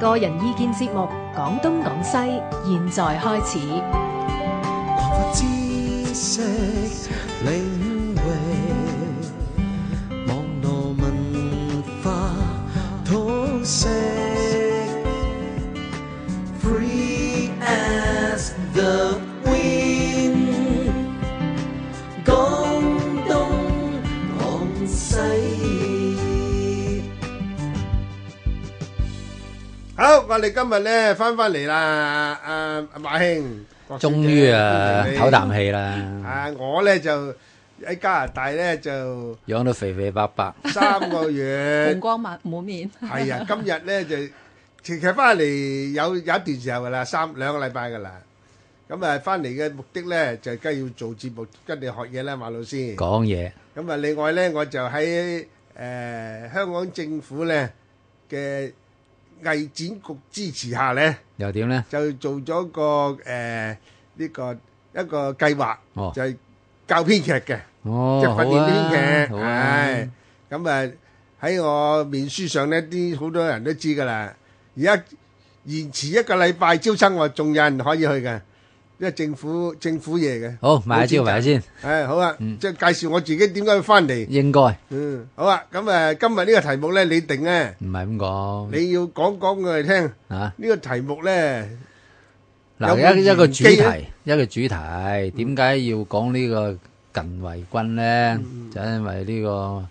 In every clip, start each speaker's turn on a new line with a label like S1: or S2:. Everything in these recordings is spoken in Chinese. S1: 個人意見節目《廣東廣西》，現在開始。
S2: 擴闊知識領域，網絡文化通識，free as the wind。廣東廣西。
S3: 好，我哋今日咧翻翻嚟啦，阿、啊、马兄，郭小姐
S4: 終於啊
S3: 歡迎你
S4: 唞啖氣啦，
S3: 啊，我咧就喺加拿大咧就
S4: 養到肥肥白白，
S3: 三個 月
S5: 紅，光滿滿面，
S3: 係啊，今日咧就其實翻嚟有有一段時候噶啦，三兩個禮拜噶啦。咁啊，翻嚟嘅目的咧就梗係要做節目，跟你學嘢啦，馬老師。
S4: 講嘢
S3: 咁啊，另外咧，我就喺誒、呃香港政府咧嘅藝展局支持下咧，
S4: 又點咧？
S3: 就做咗個誒呢、個一個計劃，
S4: 哦
S3: 就係教編劇嘅。
S4: 哦，
S3: 即係訓練
S4: 好啊
S3: 呢啲
S4: 好
S3: 嘅，
S4: 啊
S3: 唉，咁啊喺我面書上呢啲好多人都知㗎啦。而家延遲一個禮拜招生，我仲有人可以去嘅，因為政府政府嘢嘅。
S4: 好買一招
S3: 冇資格
S4: 埋先，
S3: 唉，好啊，即係介紹我自己點解要翻嚟。
S4: 應該唔
S3: 嗯，好啊，咁誒今日呢個題目咧，你定咧，
S4: 係咁講
S3: 你要講講佢哋聽。
S4: 啊！
S3: 呢個題目咧，有
S4: 嗱，一
S3: 冇
S4: 一個
S3: 玄
S4: 主
S3: 機呢
S4: 題，一個主題，點解要講呢個近衛軍咧？就因為呢個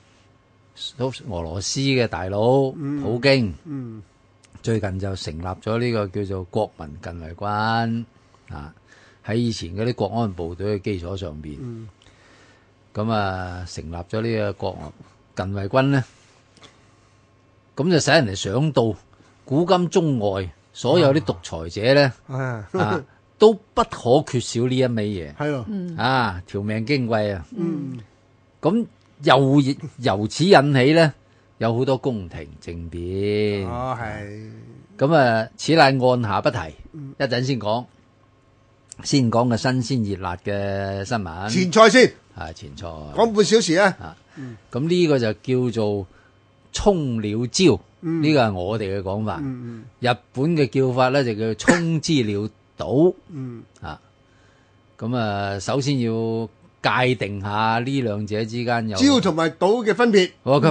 S4: 蘇俄羅斯嘅大佬普京。
S3: 嗯
S4: 最近就成立咗呢個叫做國民近衛軍啊，喺以前嗰啲國安部隊嘅基礎上邊，咁、啊成立咗呢個國近衛軍呢，咁就使人哋想到古今中外所有啲獨裁者呢，
S3: 啊，
S4: 啊都不可缺少呢一味嘢
S3: 係咯，
S4: 啊，條命矜貴啊！
S3: 嗯
S4: 咁又由此引起呢，有好多宮廷政變。
S3: 哦係，
S4: 咁啊，此乃按下不提，
S3: 嗯
S4: 一陣先講。先講個新鮮熱辣嘅新聞，
S3: 前菜先
S4: 啊前菜。
S3: 講半小時啊，
S4: 咁呢個就叫做沖鳥椒，呢個係我哋嘅講法。
S3: 嗯
S4: 日本嘅叫法咧就叫沖之鳥島。
S3: 嗯
S4: 啊，咁啊，首先要界定下呢兩者之間有
S3: 嗯，
S4: 哦
S3: 朝同埋島嘅分別。
S4: 我嘅